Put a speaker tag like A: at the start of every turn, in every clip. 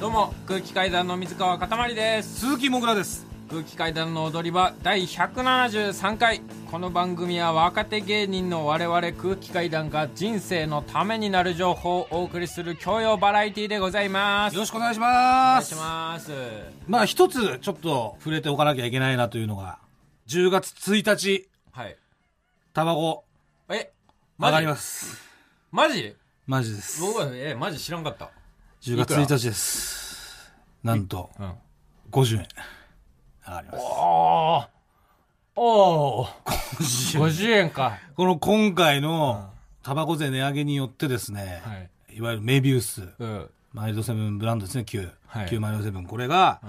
A: どうも空気階段の水川かたまりです
B: 鈴木もぐらです
A: 空気階段の踊り場第173回この番組は若手芸人の我々空気階段が人生のためになる情報をお送りする教養バラエティでございます
B: よ
A: お
B: ろしくお願いし
A: 願
B: ま
A: いし
B: す
A: ます
B: まあ一つちょっと触れておかなきゃいけないなというのが10月1日
A: はい
B: タバコ
A: えマ
B: 上がり
A: ジ
B: ます
A: マジ
B: マジです
A: 僕はえマジ知らんかった
B: 10月1日ですなんと
A: うん
B: 50円上がります
A: ああおお
B: 50円
A: 50円か
B: この今回のタバコ税値上げによってですね、
A: はい
B: い、わゆるメビウス
A: うん
B: マイルドセブンブランドですね旧、
A: はい
B: 旧マイルドセブンこれが、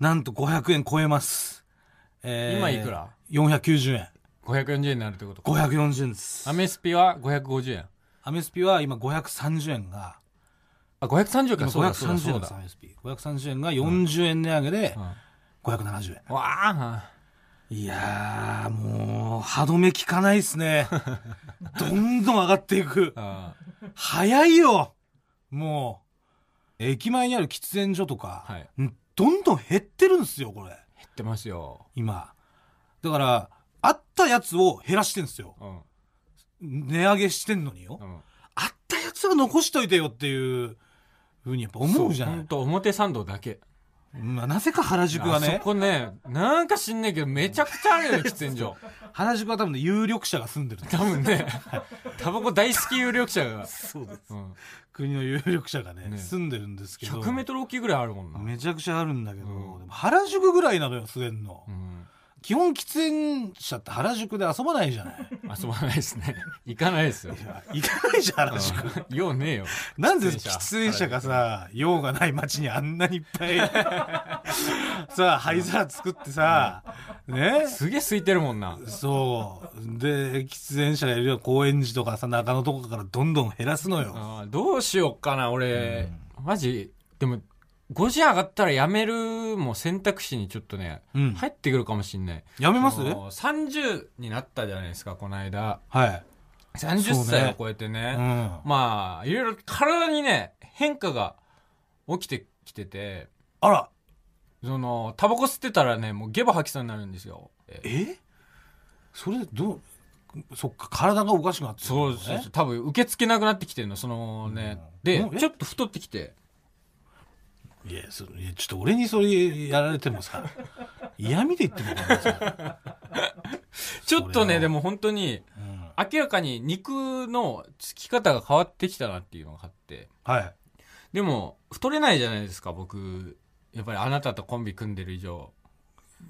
B: なんと500円超えます、え
A: 今いくら
B: ?490 円
A: 540円になるってことか
B: 540円です
A: アメスピは550円
B: アメスピは今530円が
A: あ530円か
B: 今
A: そうだそうだ
B: 530
A: そ
B: 円
A: う
B: で
A: だ
B: すアメスピ530円が40円値上げで
A: うん
B: 570円、
A: わあ
B: いやーもう歯止め効かないで すねどんどん上がっていく
A: あ
B: 早いよもう駅前にある喫煙所とか、
A: はい
B: どんどん減ってるんですよこれ
A: 減ってますよ、
B: 今だからあったやつを減らしてんですよ
A: うん
B: 値上げしてんのによ、
A: うん、
B: あったやつは残しといてよっていうふうにやっぱ思うじゃない
A: 本当表参道だけ
B: まあ、なぜか原宿は
A: あそ
B: ね
A: こねなんか知んねえけどめちゃくちゃある よ喫煙所
B: 原宿は多分ね有力者が住んでる
A: 多分ねタバコ大好き有力者が、
B: そうです
A: うん、
B: 国の有力者がね
A: ね
B: 住んでるんですけど
A: 100m 大きいぐらいあるもんな、
B: めちゃくちゃあるんだけど、
A: うん
B: でも原宿ぐらいなのよ吸えんの、
A: うん、
B: 基本喫煙者って原宿で遊ばないじゃない
A: 遊ばないですね行かないですよ
B: 行かないじゃん原宿
A: うん用ねえよ
B: なんで
A: 喫煙者
B: 喫煙者がさ用がない街にあんなにいっぱ いさあ灰皿作ってさね
A: すげえ空いてるもんな
B: そうで喫煙者がいるよ高円寺とかさ中野とかからどんどん減らすのよ
A: あーどうしよっかな俺、マジでも5時上がったらやめるも選択肢にちょっとね、
B: うん
A: 入ってくるかもしんない
B: やめます
A: その30になったじゃないですかこの間
B: はい
A: 30
B: そうね
A: 歳を超えてね
B: うん
A: まあいろいろ体にね変化が起きてきてて
B: あら
A: そのタバコ吸ってたらねもうゲバ吐きそうになるんですよえ
B: えそれどうそっか体がおかしくなってる
A: そ
B: の
A: う
B: ね
A: そうそう多分受け付けなくなってきてるのそのね、
B: う
A: で
B: んえ
A: ちょっと太ってきて
B: いやそいやちょっと俺にそれやられてもさ嫌味で言ってもらさ、
A: ちょっと
B: それ
A: ね
B: は
A: でも本当に
B: うん、
A: 明らかに肉のつき方が変わってきたなっていうのがあって
B: はい
A: でも太れないじゃないですか僕やっぱりあなたとコンビ組んでる以上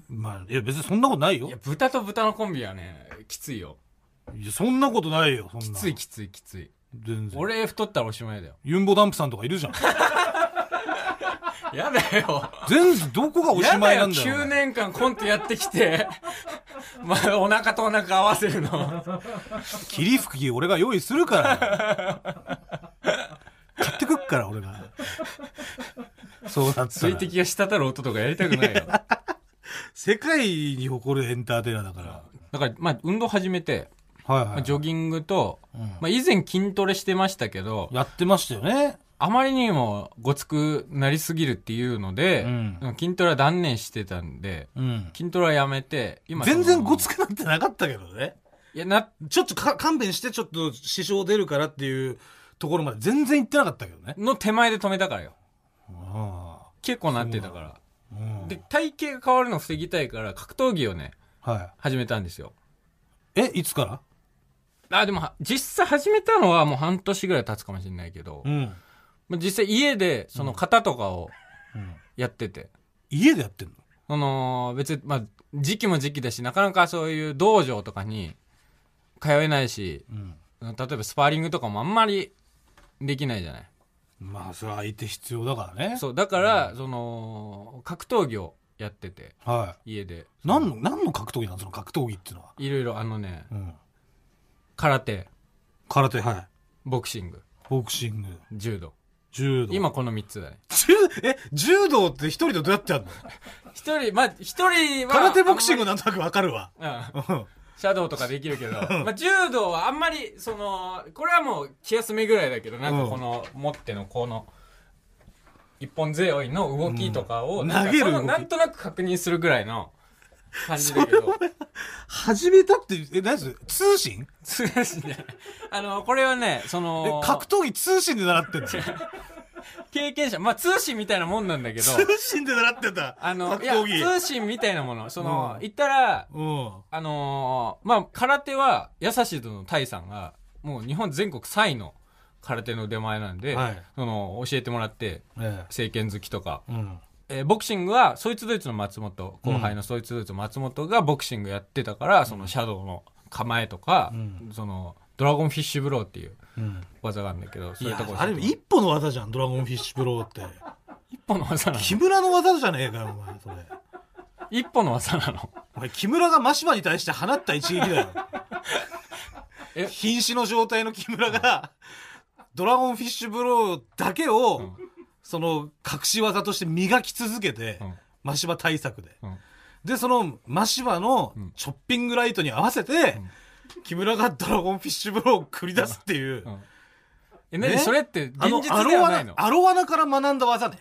B: まあいや別にそんなことないよ
A: いや豚と豚のコンビはねきついよ
B: いやそんなことないよそんな
A: きついきついきつい
B: 全然
A: 俺太ったらおしまいだ よ
B: ユンボダンプさんとかいるじゃん
A: やだよ
B: 全然どこがおしまいなんだよ
A: や9年間コントやってきて まあお腹とお腹合わせるの
B: 霧吹き俺が用意するから よ買ってくっから俺がそうなった
A: 水
B: ら
A: 滴が滴る音とかやりたくないよだか
B: 世界に誇るエンターテイナーだから
A: らまあ運動始めて、
B: は
A: ま
B: いは
A: あ、
B: い
A: ジョギングと、
B: うん
A: まあ、以前筋トレしてましたけど
B: やってましたよね
A: あまりにもごつくなりすぎるっていうので、
B: うん
A: 筋トレは断念してたんで、
B: うん
A: 筋トレはやめて、今その。
B: 全然ごつくなってなかったけどね
A: いや、な、
B: ちょっとか勘弁してちょっと支障出るからっていうところまで全然行ってなかったけどね
A: の手前で止めたからよ。
B: あ
A: 結構なってたから。
B: あうん
A: で、体型が変わるのを防ぎたいから、格闘技をね、
B: は
A: 始めたんですよ。
B: いえいつから
A: あ、でも、実際始めたのはもう半年ぐらい経つかもしれないけど、
B: ん、
A: まあ実際家で、その型とかを
B: うん、
A: やってて、
B: 家でやってんの
A: その、別に、まあ、時期も時期だし、なかなかそういう道場とかに通えないし、
B: うん
A: 例えばスパーリングとかもあんまりできないじゃない
B: まあそれは相手必要だからね
A: そうだから、その格闘技をやってて
B: は
A: 家で
B: い何の何の格闘技なのその格闘技っていうのは、
A: いろいろあのね
B: うん、
A: 空手
B: 空手はい
A: ボクシング
B: ボクシング
A: 柔道
B: 柔道
A: 今この3つだね
B: 柔 え柔道って一人でどうやってやるの
A: 一人まあ一人は
B: 空手ボクシング
A: の
B: なんとなくわかる わ
A: うん、
B: うん
A: シャドウとかできるけど、まあ、柔道はあんまりそのこれはもう気休めぐらいだけどなんかこの持ってのこの一本背負いの動きとかを、
B: うん
A: なんか
B: 投げ
A: そ
B: る
A: の
B: 動き
A: なんとなく確認するぐらいの感じだけど。
B: 始めたって、え、何それ通信
A: そうですね。あの、これはね、そ
B: え
A: の、
B: 格闘技通信で習ってんの通
A: 経験者、まあ通信みたいなもんなんだけど、
B: 信で習ってた。
A: あの、
B: 格
A: いや
B: 闘技。
A: 通信みたいなもの、その
B: う、ん
A: 言ったら、
B: うん。
A: あのーまあ、空手は、優しいとのタイさんが、もう日本全国3位の空手の腕前なんで、
B: はい
A: その、教えてもらって、
B: え
A: 政権好きとか、
B: え。うん。
A: えーボクシングは、そいつドイツの松本、後輩のそいつドイツの松本がボクシングやってたから、その、シャドウの構えとか、
B: うん
A: その、ドラゴンフィッシュブローっていう
B: うん。
A: 技があるんだけど、
B: い
A: そういう
B: や
A: とこ、
B: あれ一歩の技じゃん、ドラゴンフィッシュブローって。
A: 一本の技なの
B: 木村の技じゃねえかよ、お前、それ。
A: 一本の技なの。
B: お前、木村が真島に対して放った一撃だよ
A: え
B: 瀕死の状態の木村が、ドラゴンフィッシュブローだけを、
A: ん
B: その、隠し技として磨き続けて、
A: うん
B: 真島対策で。
A: うん
B: で、その、真島の
A: うん
B: チョッピングライトに合わせて、木村がドラゴンフィッシュブローを繰り出すっていう、
A: うんえ、何
B: ね
A: それって現
B: あの
A: 実、で
B: アロ
A: は
B: ワ
A: ないの
B: ナ、アロワナから学んだ技ね。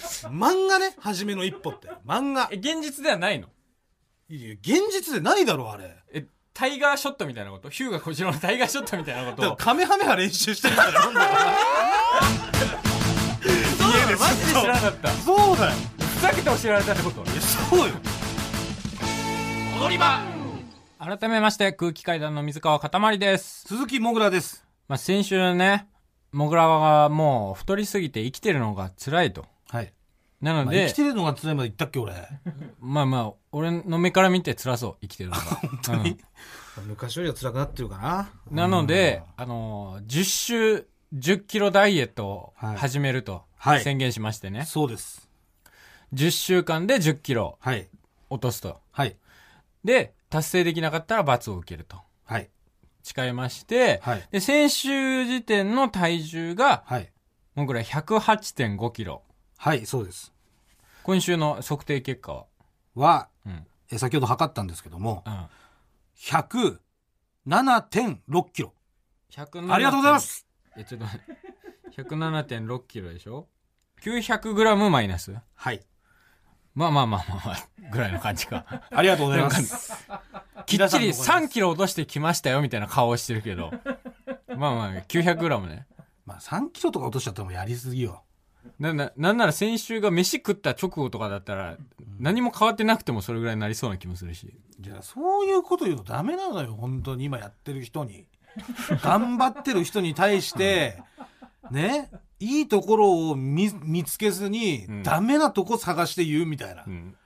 B: そう漫画ね、初めの一歩って。漫画
A: え、。現実ではないの
B: いや現実でないだろ、あれ。
A: え、タイガーショットみたいなことヒューガ小次郎のタイガーショットみたいなこ
B: だから
A: と
B: カメハメハ練習してるんだよ。家で
A: マジで知らなかった。
B: そうだよ。
A: ふざけて教えられたってこと
B: いやそうよ。
A: 改めまして、空気階段の水川かたまりです。
B: 鈴木もぐらです。
A: まあ、先週ね、モグラがもう太りすぎて生きてるのが辛いと。
B: はい。
A: なの
B: まあ、
A: で、
B: 生きてるのが辛いまで言ったっけ、俺。
A: まあまあ、俺の目から見て辛そう、生きてるのが。本当に、
B: 昔よりは辛くなってるかな。
A: なので、あのー10週10キロダイエットを始めると
B: はい
A: 宣言しましてね、
B: うん、そうです。
A: 10週間で10キロ
B: はい。
A: 落とすと。
B: はい。
A: で、達成できなかったら罰を受けると
B: はい。
A: 誓いまして、
B: はい。
A: で、先週時点の体重が、
B: はい。
A: 僕ら108.5キロ。
B: はい、そうです。
A: 今週の測定結果は、
B: は、
A: うん、
B: え先ほど測ったんですけども、
A: うん。
B: 107.6キロ。
A: 107
B: ありがとうございま。す。
A: いや、ちょっと待って。107.6キロでしょ ?900 グラムマイナス
B: はい。
A: まあまあまあまあまあ、ぐらいの感じか。
B: ありがとうございます。
A: きっちり
B: 皆さんのおかげ
A: 3
B: です
A: キロ落としてきましたよみたいな顔をしてるけど。まあまあ、900グラムね。
B: まあ、3キロとか落としちゃったらもうやりすぎよ。
A: な、な、なんなら先週が飯食った直後とかだったら、何も変わってなくてもそれぐらいになりそうな気もするし。
B: じゃあ、そういうこと言うとダメなのよ、本当に今やってる人に。頑張ってる人に対して、ね、いいところを見見つけずに、
A: うん
B: ダメなとこ探して言うみたいな。
A: うん。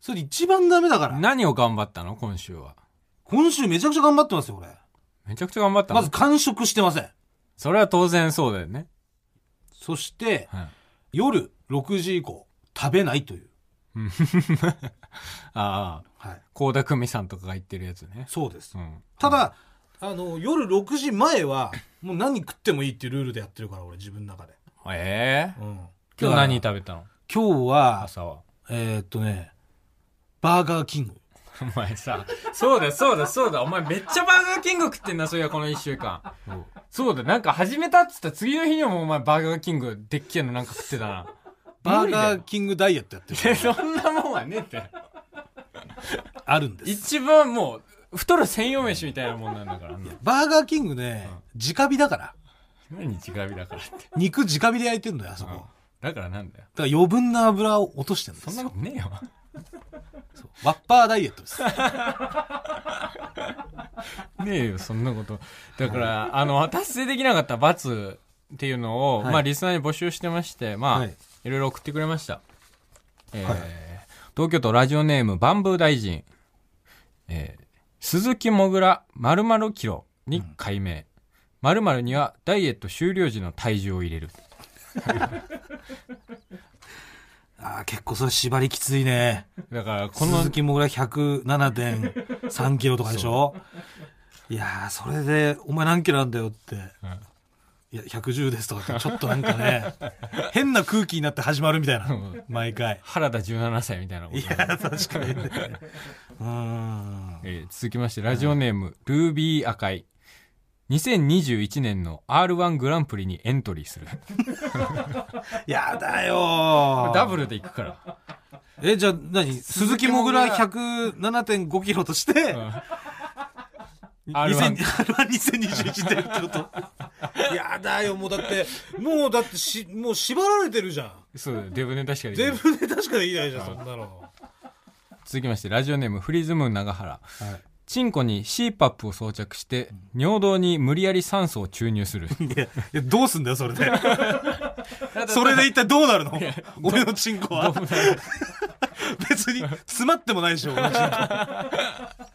B: それ一番ダメだから。
A: 何を頑張ったの今週は。
B: 今週めちゃくちゃ頑張ってますよ、俺。
A: めちゃくちゃ頑張ったの
B: まず完食してません。
A: それは当然そうだよね。
B: そして、
A: はい。
B: 夜6時以降、食べないという。
A: ああ、
B: はい。
A: 高田久美さんとかが言ってるやつね。
B: そうです
A: う。ん。
B: ただ、あの、夜6時前は、もう何食ってもいいっていうルールでやってるから、俺、自分の中で。
A: ええ
B: うん。
A: 今日何
B: だか
A: 食べたの
B: ら今日は、
A: 朝 は。
B: えーっとね、バーガーキング。
A: お前さ、そうだそうだそうだ、お前めっちゃバーガーキング食ってんな、そういやこの一週間。そうだ、なんか始めたっつったら次の日にはもうお前バーガーキングでっけえのなんか食ってたな。
B: バーガ
A: 無
B: ーキングダイエット やってる。
A: 理だよ。そんなもんはねえって。
B: あるんです。
A: 一番もう、太る専用飯みたいなもんなんだから。あんな
B: バーガーキングね、直火だから。
A: 何直火だからって。
B: 肉直火で焼いてんのよ、あそこ。
A: うん
B: だか
A: だからなんだよ。
B: ら余分な油を落としてるん
A: そ
B: で
A: ん
B: す
A: な
B: よ。
A: ことねえよ。
B: ワッパーダイエットです。
A: ねえよ、そんなこと。だから、あの、達成できなかった罰っていうのを、
B: はい
A: まあ、リスナーに募集してまして、まあ、
B: はいい、
A: ろいろ送ってくれました。えー東京都ラジオネーム、バンブー大臣、えー鈴木もぐら〇〇キロに改名。〇〇にはダイエット終了時の体重を入れる。
B: ああ、結構それ縛りきついね。
A: だから、こ
B: こ
A: の
B: の、時もぐらい107.3キロ とかでしょいやーそれで「お前何キロなんだよ」って「いや110です」とかってちょっとなんか ね変な空気になって始まるみたいな毎回
A: 原田17歳みたいなこと
B: いやー確かにねうーん
A: えー続きましてラジオネーム、ルービー赤い、 2021年の R1 グランプリにエントリー する。
B: やだよ
A: ダブルで行くから。
B: え、じゃあ何鈴木もぐら107.5キロとして、
A: R1
B: R12021年ってこと。 やだよ、もうだって、もうだってし、もう縛られてるじゃん。
A: そう、デブネタしかできない
B: 全部で確かできないじゃん、そんなの。
A: 続きまして、ラジオネームフリズム長原。
B: は
A: チンコに CPAP を装着して、尿道に無理やり酸素を注入する。
B: い。いや、どうすんだよ、そ れで。 それで一体どうなるの俺のチンコ は。別に、詰まってもないでしょ、俺のチンコ。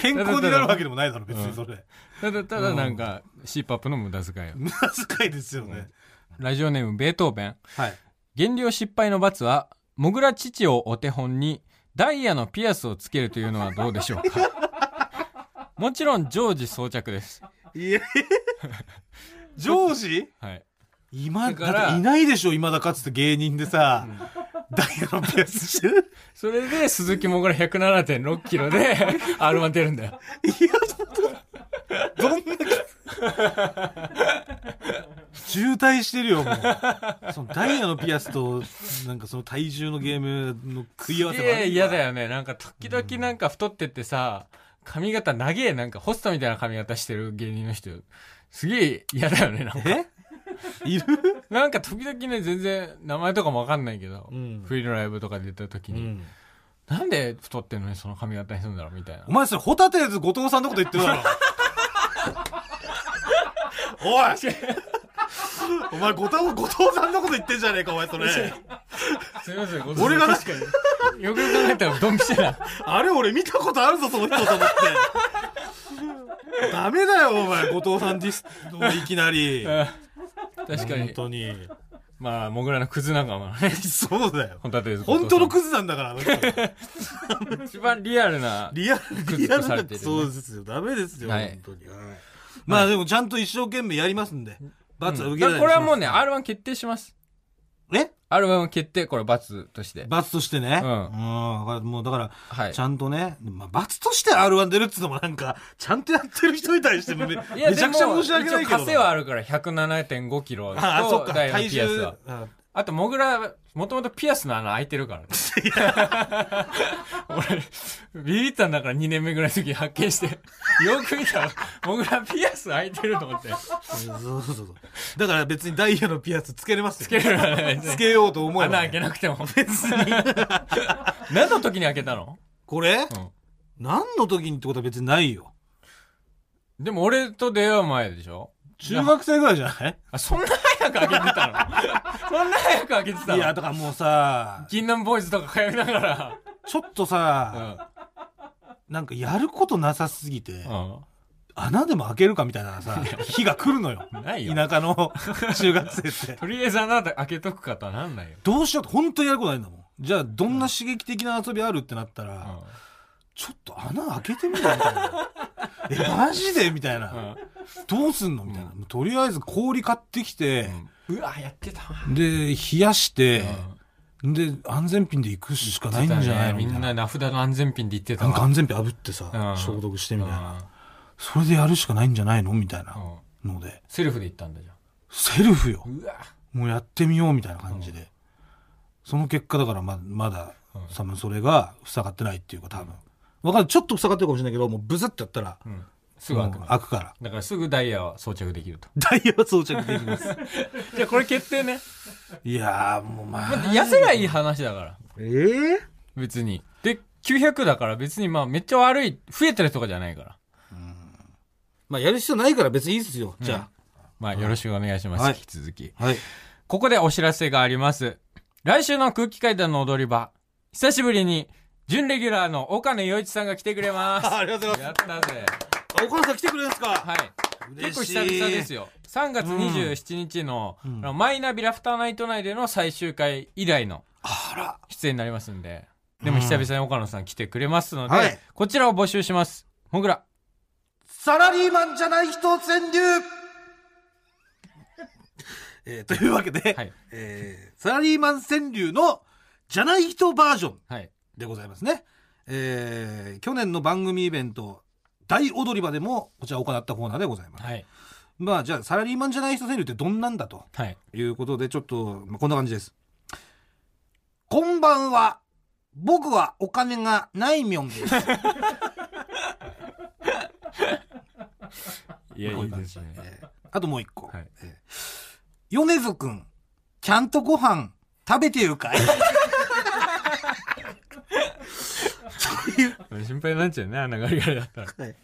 B: 健康になるわけでもないだろ、別にそれ。
A: ただただなんか、CPAP の無駄遣いを。
B: 無駄遣いですよね。
A: ラジオネームベートーベン。
B: はい。
A: 減量失敗の罰は、モグラ父をお手本に、ダイヤのピアスをつけるというのはどうでしょうかもちろん、常時装着です。
B: いや、上司
A: はい。
B: 今、
A: だから
B: だっていないでしょ、今だかつて芸人でさ、ダイヤのピアスしてる。
A: それで、鈴木もぐら107.6キロで、R1 出るんだよ。
B: いや、ちょっと、どんな、渋滞してるよ、もう。 そのダイヤのピアスと、なんかその体重のゲームの食い合わ
A: い
B: せもある
A: や、嫌だよね。なんか、時々なんか太ってってさ、髪型長え、なんか、ホストみたいな髪型してる芸人の人。すげえ嫌だよね、なんか。
B: えいる
A: なんか時々ね、全然、名前とかもわかんないけど、
B: うん
A: フリーのライブとか出た時
B: う
A: に、
B: ん
A: なんで太ってんのにその髪型にするんだろうみたいな
B: お。前それホタテやつ後藤さんのこと言ってるだろ。おいお前後藤、後藤さんのこと言ってんじゃねえか、お前それ。
A: すみません、
B: 俺がな
A: 確かに。よくよく考えたらドンピシャだ。
B: あれ俺見たことあるぞ、その人と思って。ダメだよ、お前。後藤さんディス、 いきなり。
A: 確か
B: 本
A: に。
B: 当に。
A: まあ、もぐらのクズ仲間のね。
B: そうだよ。
A: 本当です
B: 本当のクズなんだから、あの人
A: ズ。一番リアルな。
B: リアル、リアル
A: され
B: な
A: てるね
B: そうですよ。ダメですよ、
A: はい
B: 本当に。はいまあでもちゃんと一生懸命やりますんで。罰は受け
A: だ
B: ら
A: か
B: れ
A: ら
B: な
A: こ
B: い
A: れ
B: でし
A: は
B: ょ
A: もうね、。R1 決定します。
B: え
A: R1 決定、これ罰として。
B: 罰としてね。
A: う
B: うんん。だからもうだから、
A: はい
B: ち。ゃんとね、まあ、罰として R1 出るっつうのもなんか、ちゃんとやってる人に対してめめちゃ
A: いや、
B: く
A: で
B: ちゃ
A: も、
B: 申し訳ないけ
A: 一応
B: ど。
A: 稼はあるから107.5キロ
B: ああ、そっ
A: と
B: か、
A: ダイヤの
B: 体
A: ピアス
B: 重
A: は。。
B: あ
A: あと、もぐら、もともとピアスの穴開いてるからね。俺、ビビったんだから2年目ぐらいの時に発見して。よく見たら、もぐらピアス開いてると思って。
B: そうそうそうそう。だから別にダイヤのピアスつけれますよ。つ
A: けるわね
B: つけようと思え
A: 穴
B: ば、
A: 開け
B: ね。
A: なくても。別に。 何の時に開けたの
B: これ、
A: ん
B: 何の時にってことは別にないよ。
A: でも俺と出会う前でしょ
B: 中学生ぐらい じゃない
A: あ、そんな早く開 けてたのそんな早く開けてた
B: いや、
A: の
B: だからもうさ、
A: 銀杏ボーイズとか通いながら。
B: ちょっと
A: う
B: さ、
A: ん。
B: なんかやることなさすぎて、
A: う
B: 穴でも開けるかみたいなさ、日が来るのよ。
A: ん。ないよ。
B: 田舎 の中学生って。
A: とりあえず穴開けとくかとはなんないよ。
B: どうしようって本当にやることないんだもん。じゃあ、どんな刺激的な遊びあるってなったら、
A: う
B: ちょっと穴開けてみるみたい な。え、マジでみたいな。
A: ん。
B: どうすんのみたいな。もうとりあえず氷買ってきて、
A: うん。うわ、やってたわ。
B: で、冷やして、で、安全ピンで行くしかないんじゃないの
A: み
B: みたい
A: んな
B: な。
A: 名札の安全ピンで言ってた
B: なんか
A: わ。
B: 安全ピン炙ってさ、
A: うん
B: 消毒してみたいな。
A: う
B: それでやるしかないんじゃないのみたいなん
A: うん
B: ので、
A: セルフで行ったんだじゃ
B: セルフよ。
A: ん。うわ。
B: もうやってみようみたいな感じで。その結果だからま、まだ、多分それが塞がってないっていうか多分。わかる。ちょっと塞がってるかもしれないけど、もうブズってやったら、
A: うん。すぐ開く
B: もう
A: の。
B: 開くから。
A: だからすぐダイヤを装着できると。
B: ダイヤは装着できます。
A: じゃあこれ決定 ね。
B: いやー、もうまあ。
A: 痩せりゃいい話だから。
B: ええ
A: 別に。で、900だから別にまあめっちゃ悪い、増えてるとかじゃないから。
B: まあ、やる必要ないから別にいいですよ。じゃ
A: まあよろしくお願いします。
B: はい
A: 引き続き。
B: あ。はい。
A: ここでお知らせがあります。来週の空気階段の踊り場、久しぶりに、準レギュラーの岡野陽一さんが来てくれます。
B: あありがとうござい
A: やったぜ。
B: ます。お母さん来てくれるんですか、
A: はい。
B: 嬉
A: 結
B: しい
A: 構久々ですよ。3月27日の、あのマイナビラフターナイト内での最終回以来の
B: あら。
A: 出演になりますんで。でも久々に岡野さん来てくれますので、
B: はい
A: こちらを募集します。もぐら。
B: サラリーマンじゃない人川 柳えーというわけで、
A: はい
B: えーサラリーマン川柳のじゃない人バージョン
A: はい。
B: でございますね。えー去年の番組イベント、大踊り場でもこちら行ったコーナーでございます、
A: はい
B: まあじゃあサラリーマンじゃない人川柳ってどんなんだと
A: はい
B: いうことでちょっと、まあ、こんな感じですこんばんは僕はお金がないみょんです
A: いや
B: こ
A: い
B: ういう
A: い
B: 感
A: で
B: じ
A: すね
B: えーあともう一個、
A: はい
B: えー米津くんちゃんとご飯食べてるかいそういう
A: 心配になっちゃうねあんなガリガリだったら
B: はい、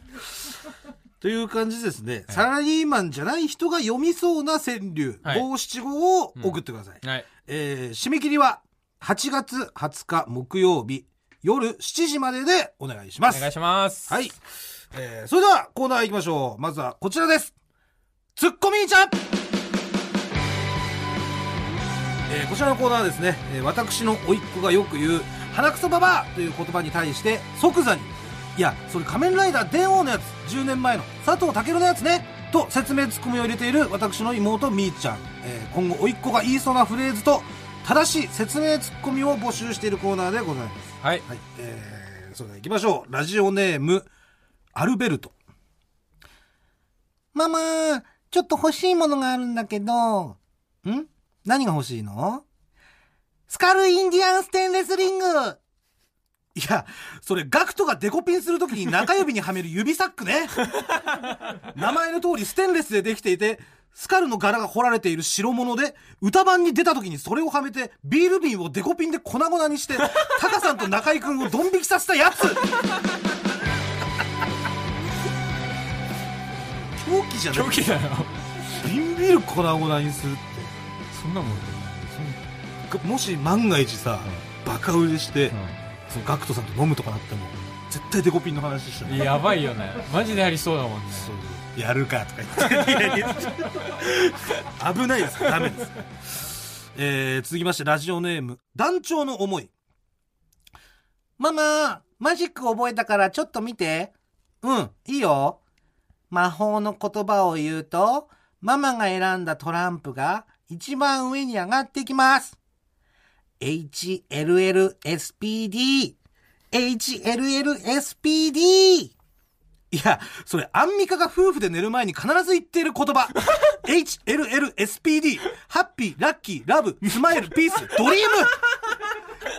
B: という感じですね、サラリーマンじゃない人が読みそうな川柳
A: はい
B: 五七五を送ってください、
A: はい
B: えー締め切りは8月20日木曜日夜7時まででお願いしま
A: お
B: す
A: 願いします
B: はい、えーそれではコーナー行きましょうまずはこちらですツッコミーちゃんえーこちらのコーナーはですね、えー私の甥っ子がよく言う「鼻くそババア」という言葉に対して即座に「いやそれ仮面ライダー電王のやつ10年前の佐藤健のやつね」と説明ツッコミを入れている私の妹みーちゃん、えー今後甥っ子が言いそうなフレーズと正しい説明ツッコミを募集しているコーナーでございます
A: はい
B: はい、えー、それでは行きましょう。ラジオネーム、アルベルト。ママ、ちょっと欲しいものがあるんだけど。ん何が欲しいのスカルインディアンステンレスリングいや、それ、ガクトがデコピンするときに中指にはめる指サック ね。名前の通りステンレスでできていて、スカルの柄が彫られている白物で、歌番に出た時にそれをはめて、ビール瓶をデコピンで粉々にして、タカさんと中居君をドン引きさせたや つ狂気じゃない
A: 狂気だよ
B: 瓶ビール粉々にするっ
A: そんなもん
B: て。もし万が一さ、バカ売れして、
A: そ
B: そのガクトさんと飲むとかなっても、絶対デコピンの話して
A: んなやばいよねマジでありそうだもんね
B: そうやるかとか言っていやいや危ないですダメです、えー続きましてラジオネーム団長の思いマママジック覚えたからちょっと見てうんいいよ魔法の言葉を言うとママが選んだトランプが一番上に上がってきます HLLSPD HLLSPD いや、それ、アンミカが夫婦で寝る前に必ず言っている言 葉。HLLSPD、ハッピー、ラッキー、ラブ、スマイル、ピース、ドリーム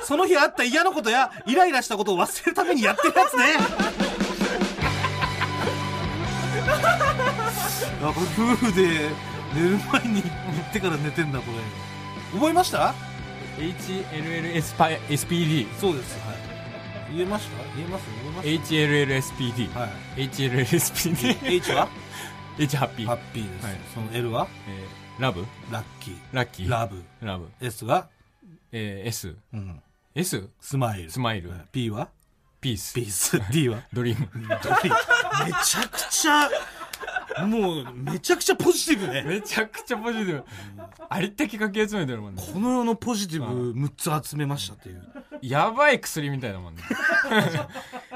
B: その日あった嫌なことや、イライラしたことを忘れるためにやってるや つね。あこれ夫婦で寝る前に言ってから寝てんだ、これ。覚えました
A: HLLSPD
B: そうです。はい。言えました言えます言えま
A: HLLSPD
B: はい。
A: HLLSPD
B: H は
A: H ハッピ
B: ハッ
A: ー
B: ピーです。
A: はい
B: その L は
A: えーラブ
B: ラッキー。
A: ラッキー
B: ラブ。
A: ラブ
B: S は、
A: えー S
B: うん、
A: S
B: スマイル。
A: スマイル
B: P は
A: ピース
B: ピース。D は
A: ドリーム
B: めちゃくちゃ、もう、めちゃくちゃポジティブね。
A: めちゃくちゃポジティブありったけかき集めてるもんね
B: この世のポジティブ6つ集めましたっていう。
A: やばい薬みたいだもんね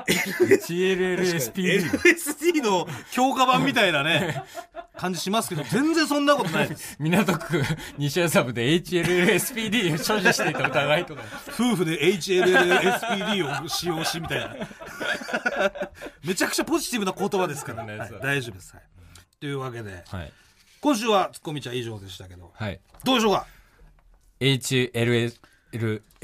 A: HLLSPD
B: LSD の強化版みたいなね、感じしますけど、全然そんなことないです。
A: 港区西麻布で HLLSPD を所持していた疑いとか
B: 夫婦で HLLSPD を使用しみたいな。めちゃくちゃポジティブな言葉ですから、
A: そんな
B: ね
A: やつだ
B: 大丈夫です。はいというわけで、
A: はい
B: 今週はツッコミちゃん以上でしたけど、
A: はい
B: どうでしょうか
A: HLLSPD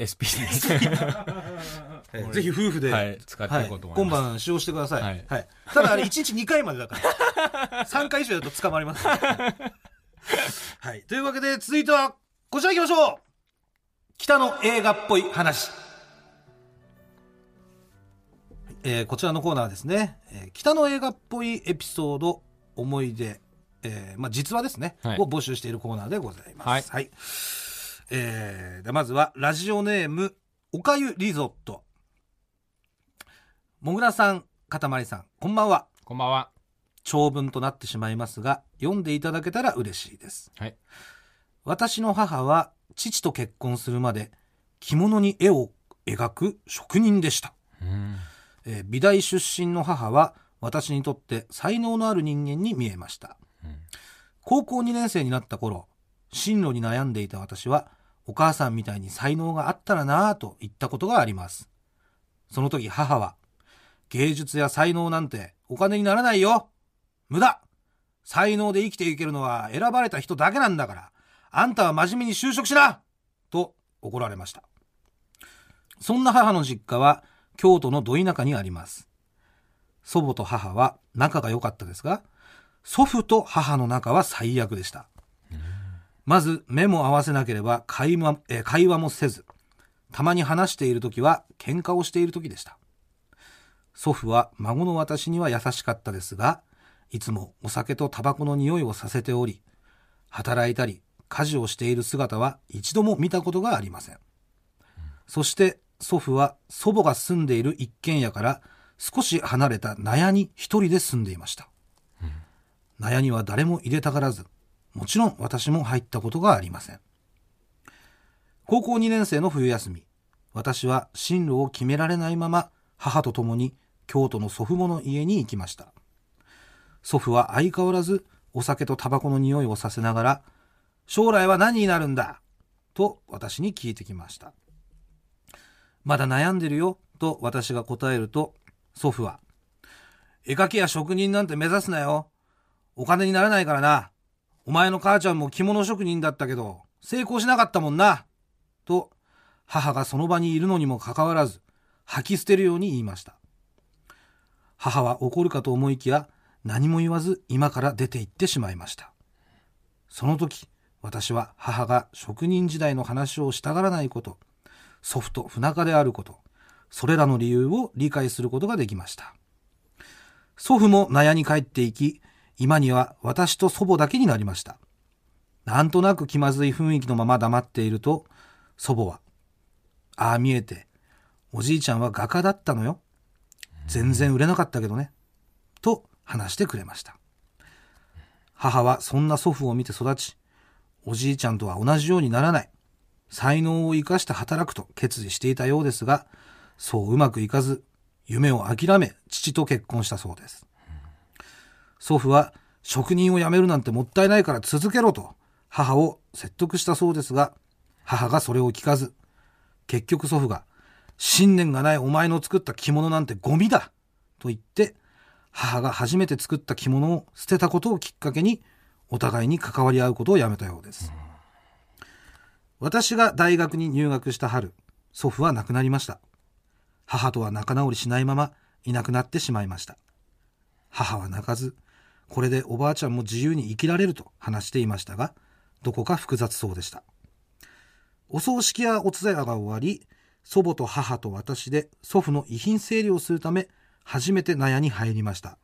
B: えーぜひ夫婦で、
A: はい使っていこうと思います
B: は今晩使用してください、
A: はい
B: はいただあれ1日2回までだから 3回以上だと捕ま ります、はい、というわけで続いてはこちら行きましょう北の映画っぽい話えーこちらのコーナーはですね、えー北の映画っぽいエピソード思い出、えーまあ、実話ですね、
A: はい
B: を募集しているコーナーでございます、
A: はい
B: えーでまずはラジオネームおかゆリゾットもぐらさんかたまりさんこんばんは
A: こんばんは
B: 長文となってしまいますが読んでいただけたら嬉しいです、
A: はい
B: 私の母は父と結婚するまで着物に絵を描く職人でした
A: うん
B: えー美大出身の母は私にとって才能のある人間に見えました、
A: うん
B: 高校2年生になった頃進路に悩んでいた私はお母さんみたいに才能があったらなぁと言ったことがありますその時母は芸術や才能なんてお金にならないよ無駄才能で生きていけるのは選ばれた人だけなんだから、あんたは真面目に就職しなと怒られました。そんな母の実家は京都のど田舎にあります。祖母と母は仲が良かったですが、祖父と母の仲は最悪でした。まず目も合わせなければ会話えー会話もせず、たまに話している時は喧嘩をしている時でした。祖父は孫の私には優しかったですが、いつもお酒とタバコの匂いをさせており、働いたり家事をしている姿は一度も見たことがありません。そして祖父は祖母が住んでいる一軒家から少し離れた納屋に一人で住んでいました。納屋には誰も入れたがらず、もちろん私も入ったことがありません。高校2年生の冬休み、私は進路を決められないまま母と共に京都の祖父母の家に行きました。祖父は相変わらずお酒とタバコの匂いをさせながら、将来は何になるんだと私に聞いてきました。まだ悩んでるよと私が答えると、祖父は、絵描きや職人なんて目指すなよ。お金にならないからな。お前の母ちゃんも着物職人だったけど、成功しなかったもんな。と、母がその場にいるのにもかかわらず、吐き捨てるように言いました。母は怒るかと思いきや、何も言わず今から出て行ってしまいました。その時、私は母が職人時代の話をしたがらないこと、祖父と不仲であること、それらの理由を理解することができました。祖父も納屋に帰っていき、今には私と祖母だけになりました。なんとなく気まずい雰囲気のまま黙っていると、祖母は、ああ見えて、おじいちゃんは画家だったのよ。全然売れなかったけどね。と話してくれました。母はそんな祖父を見て育ち、おじいちゃんとは同じようにならない。才能を生かして働くと決意していたようですが、そううまくいかず、夢を諦め父と結婚したそうです。祖父は職人を辞めるなんてもったいないから続けろと母を説得したそうですが、母がそれを聞かず、結局祖父が信念がないお前の作った着物なんてゴミだと言って、母が初めて作った着物を捨てたことをきっかけに、お互いに関わり合うことをやめたようです。私が大学に入学した春、祖父は亡くなりました。母とは仲直りしないままいなくなってしまいました。母は泣かず、これでおばあちゃんも自由に生きられると話していましたが、どこか複雑そうでした。お葬式やお通夜が終わり、祖母と母と私で祖父の遺品整理をするため、初めて納屋に入りました。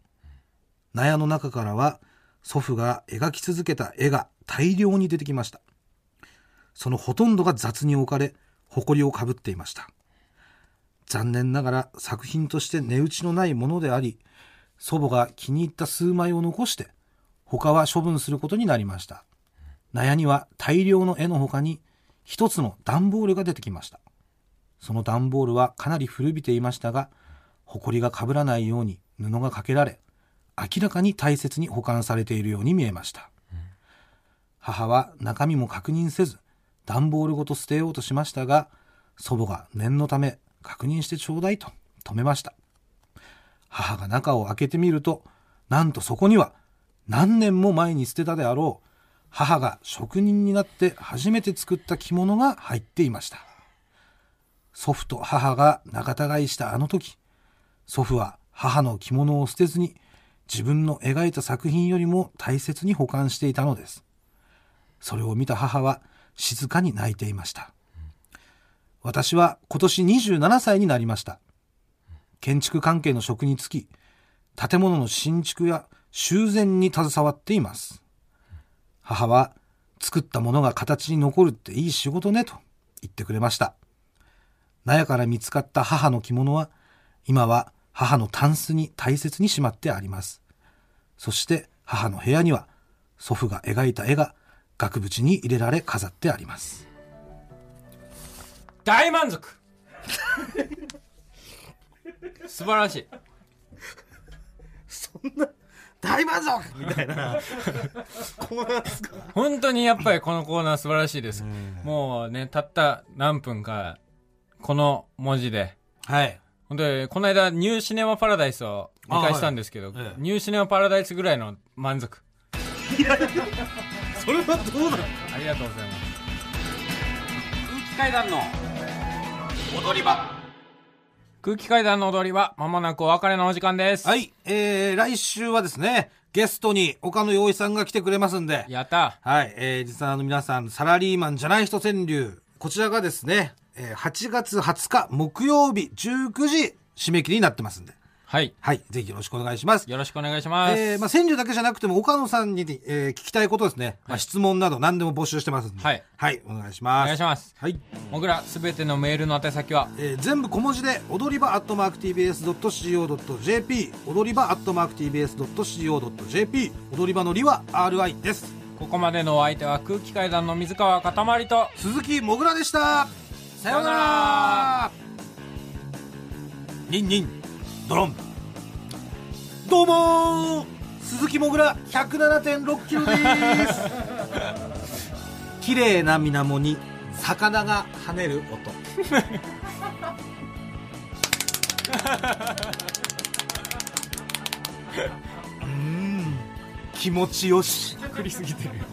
B: 納屋の中からは、祖父が描き続けた絵が大量に出てきました。そのほとんどが雑に置かれ、埃をかぶっていました。残念ながら作品として値打ちのないものであり、祖母が気に入った数枚を残して、他は処分することになりました。納屋には大量の絵の他に、一つの段ボールが出てきました。その段ボールはかなり古びていましたが、埃がかぶらないように布がかけられ、明らかに大切に保管されているように見えました。母は中身も確認せず、段ボールごと捨てようとしましたが、祖母が念のため確認してちょうだいと止めました。母が中を開けてみると、なんとそこには何年も前に捨てたであろう、母が職人になって初めて作った着物が入っていました。祖父と母が仲違いしたあの時、祖父は母の着物を捨てずに自分の描いた作品よりも大切に保管していたのです。それを見た母は静かに泣いていました。私は今年27歳になりました。建築関係の職に就き、建物の新築や修繕に携わっています。母は作ったものが形に残るっていい仕事ねと言ってくれました。納屋から見つかった母の着物は、今は母のタンスに大切にしまってあります。そして母の部屋には、祖父が描いた絵が額縁に入れられ飾ってあります。
A: 大満足 素晴らしい
C: そんな、大満足みたいな、こうなんですか
A: 本当にやっぱりこのコーナー素晴らしいですもうねたった何分かこの文字で
B: はい。
A: ほんで、この間、ニューシネマパラダイスを見返したんですけど、
B: あはいええ
A: ニューシネマパラダイスぐらいの満足。
C: それはどうなの
A: ありがとうございます。
D: 気階段の
A: 空気階段の踊りは、まもなくお別れのお時間です。
B: はい、えー、来週はですね、ゲストに岡野陽一さんが来てくれますんで、
A: やった。
B: はい、えー、実はあの皆さん、サラリーマンじゃない人川柳、こちらがですね、えー8月20日木曜日19時締め切りになってますんで、
A: はい。
B: はい、ぜひよろしくお願いします。
A: よろしくお願いします。
B: えー、まあ川柳だけじゃなくても、岡野さんに、えー聞きたいことですね、まあ、質問など何でも募集してますんで、
A: はい
B: はい、お願いします。
A: お願いします。
B: はい。
A: 僕ら、すべてのメールの宛先は、
B: えー全部小文字で踊り場アットマーク TBS.CO.JP 踊り場アットマーク TBS.CO.JP 踊り場のりは RI です
A: ここまでのお相手は空気階段の水川かたまりと、
B: 鈴木もぐらでしたさよ
A: さよう
B: うな
A: な
B: らニンニンドロンどうもー鈴木もぐら107.6キロです綺麗な水面に魚が跳ねる音うーん気持ちよし
A: 振りすぎてるよ。